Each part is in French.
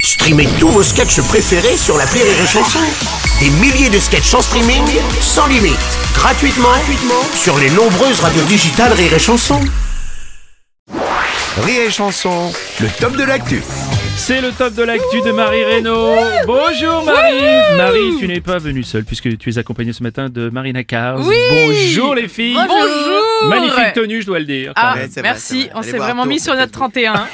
Streamez tous vos sketchs préférés sur la Rire et Chanson. Des milliers de sketchs en streaming, sans limite, gratuitement, gratuitement sur les nombreuses radios digitales Rire et Chanson. Rire et Chanson, le top de l'actu. C'est le top de l'actu de Marie Reynaud. Bonjour Marie. Marie, tu n'es pas venue seule puisque tu es accompagnée ce matin de Marina Cars. Oui. Bonjour les filles. Bonjour Magnifique tenue, je dois le dire. Ouais, Ah, c'est vrai, c'est merci, vrai. on Allez s'est voir vraiment Arthur mis sur sur notre 31.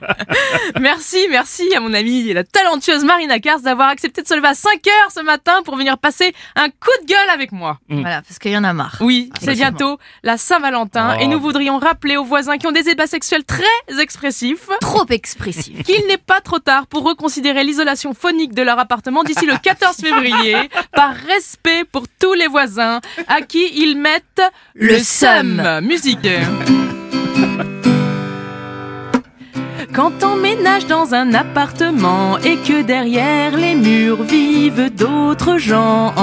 merci, merci à mon amie et la talentueuse Marina Kars d'avoir accepté de se lever à 5 heures ce matin pour venir passer un coup de gueule avec moi. Voilà, parce qu'il y en a marre. Ah, Oui, c'est bientôt la Saint-Valentin Oh. et nous voudrions rappeler aux voisins qui ont des débats sexuels très expressifs Trop expressif. qu'il n'est pas trop tard pour reconsidérer l'isolation phonique de leur appartement d'ici le 14 février par respect pour tous les voisins à qui ils mettent Le seum. Musique. Quand on ménage dans un appartement et que derrière les murs vivent d'autres gens.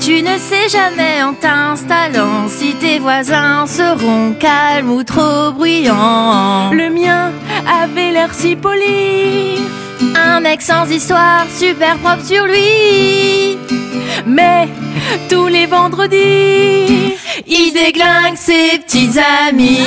Tu ne sais jamais en t'installant si tes voisins seront calmes ou trop bruyants. Le mien avait l'air si poli. Un mec sans histoire, super propre sur lui. Mais tous les vendredis, Il déglingue ses petites amies.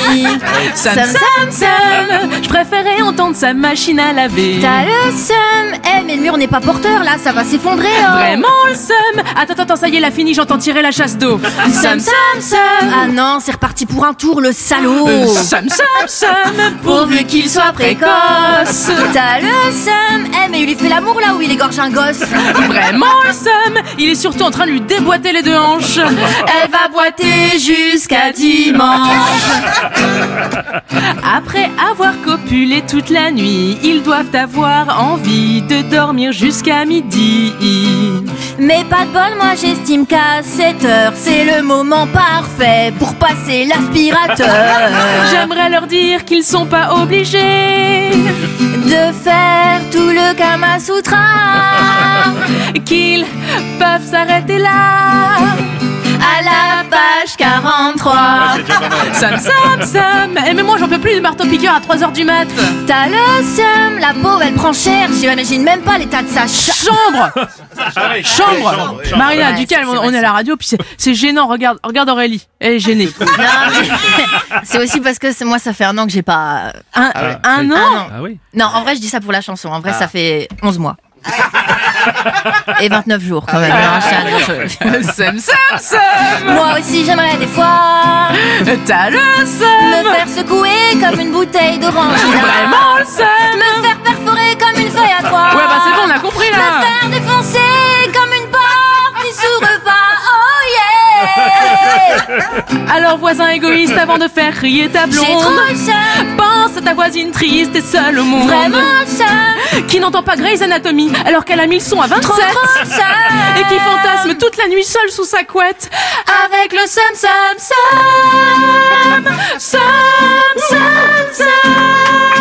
Sam Sam, Sam Sam, je préférais entendre sa machine à laver. T'as le seum. Eh, mais le mur n'est pas porteur là, ça va s'effondrer. hein. Vraiment le seum Attends, attends, ça y est, la fini, j'entends tirer la chasse d'eau. Sam Sam, Sam Sam, Sam. Ah non, c'est reparti pour un tour, le salaud. euh, Sam Sam Sam Pourvu qu'il soit précoce T'as le seum Eh mais il lui fait l'amour là où il égorge un gosse Vraiment le seum Il est surtout en train de lui déboîter les deux hanches. Elle va boiter jusqu'à dimanche Après avoir copulé toute la nuit, ils doivent avoir envie de dormir jusqu'à midi. Mais pas de bol, moi j'estime qu'à 7 heures C'est le moment parfait pour passer l'aspirateur J'aimerais leur dire qu'ils sont pas obligés, De faire tout le Kama Sutra qu'ils peuvent s'arrêter là. À la page 43 Sam Sam Sam Et même moi j'en peux plus du marteau piqueur à 3h du mat T'as le seum La pauvre elle prend cher J'imagine même pas l'état de sa chatte Chambre Ah, Chambre Marina, Ouais, du calme, c'est on, vrai, on est à la radio, puis c'est- c'est gênant, regarde, regarde Aurélie, elle est gênée. Non, mais c'est aussi parce que c'est- moi, ça fait un an que j'ai pas. Un, un Un an an. Ah oui. Non, en vrai, je dis ça pour la chanson. En vrai, ça fait 11 mois. Et 29 jours quand même. hein, challenge. Sam Sam Sam Moi aussi, j'aimerais des fois T'as le me Sam faire secouer comme une bouteille d'orange. Vraiment le Sam Me faire perforer comme une feuille à trois. Ouais bah c'est bon, on a compris Me là faire défoncer comme une porte qui s'ouvre pas. Oh yeah! Alors voisin égoïste, avant de faire crier ta blonde, J'ai trop le seum, pense à ta voisine triste et seule au monde, vraiment le seum, qui n'entend pas Grey's Anatomy, alors qu'elle a mis le son à 27 trop trop le seum. et qui fantasme toute la nuit seule sous sa couette avec le Sam Sam Sam Sam Sam Sam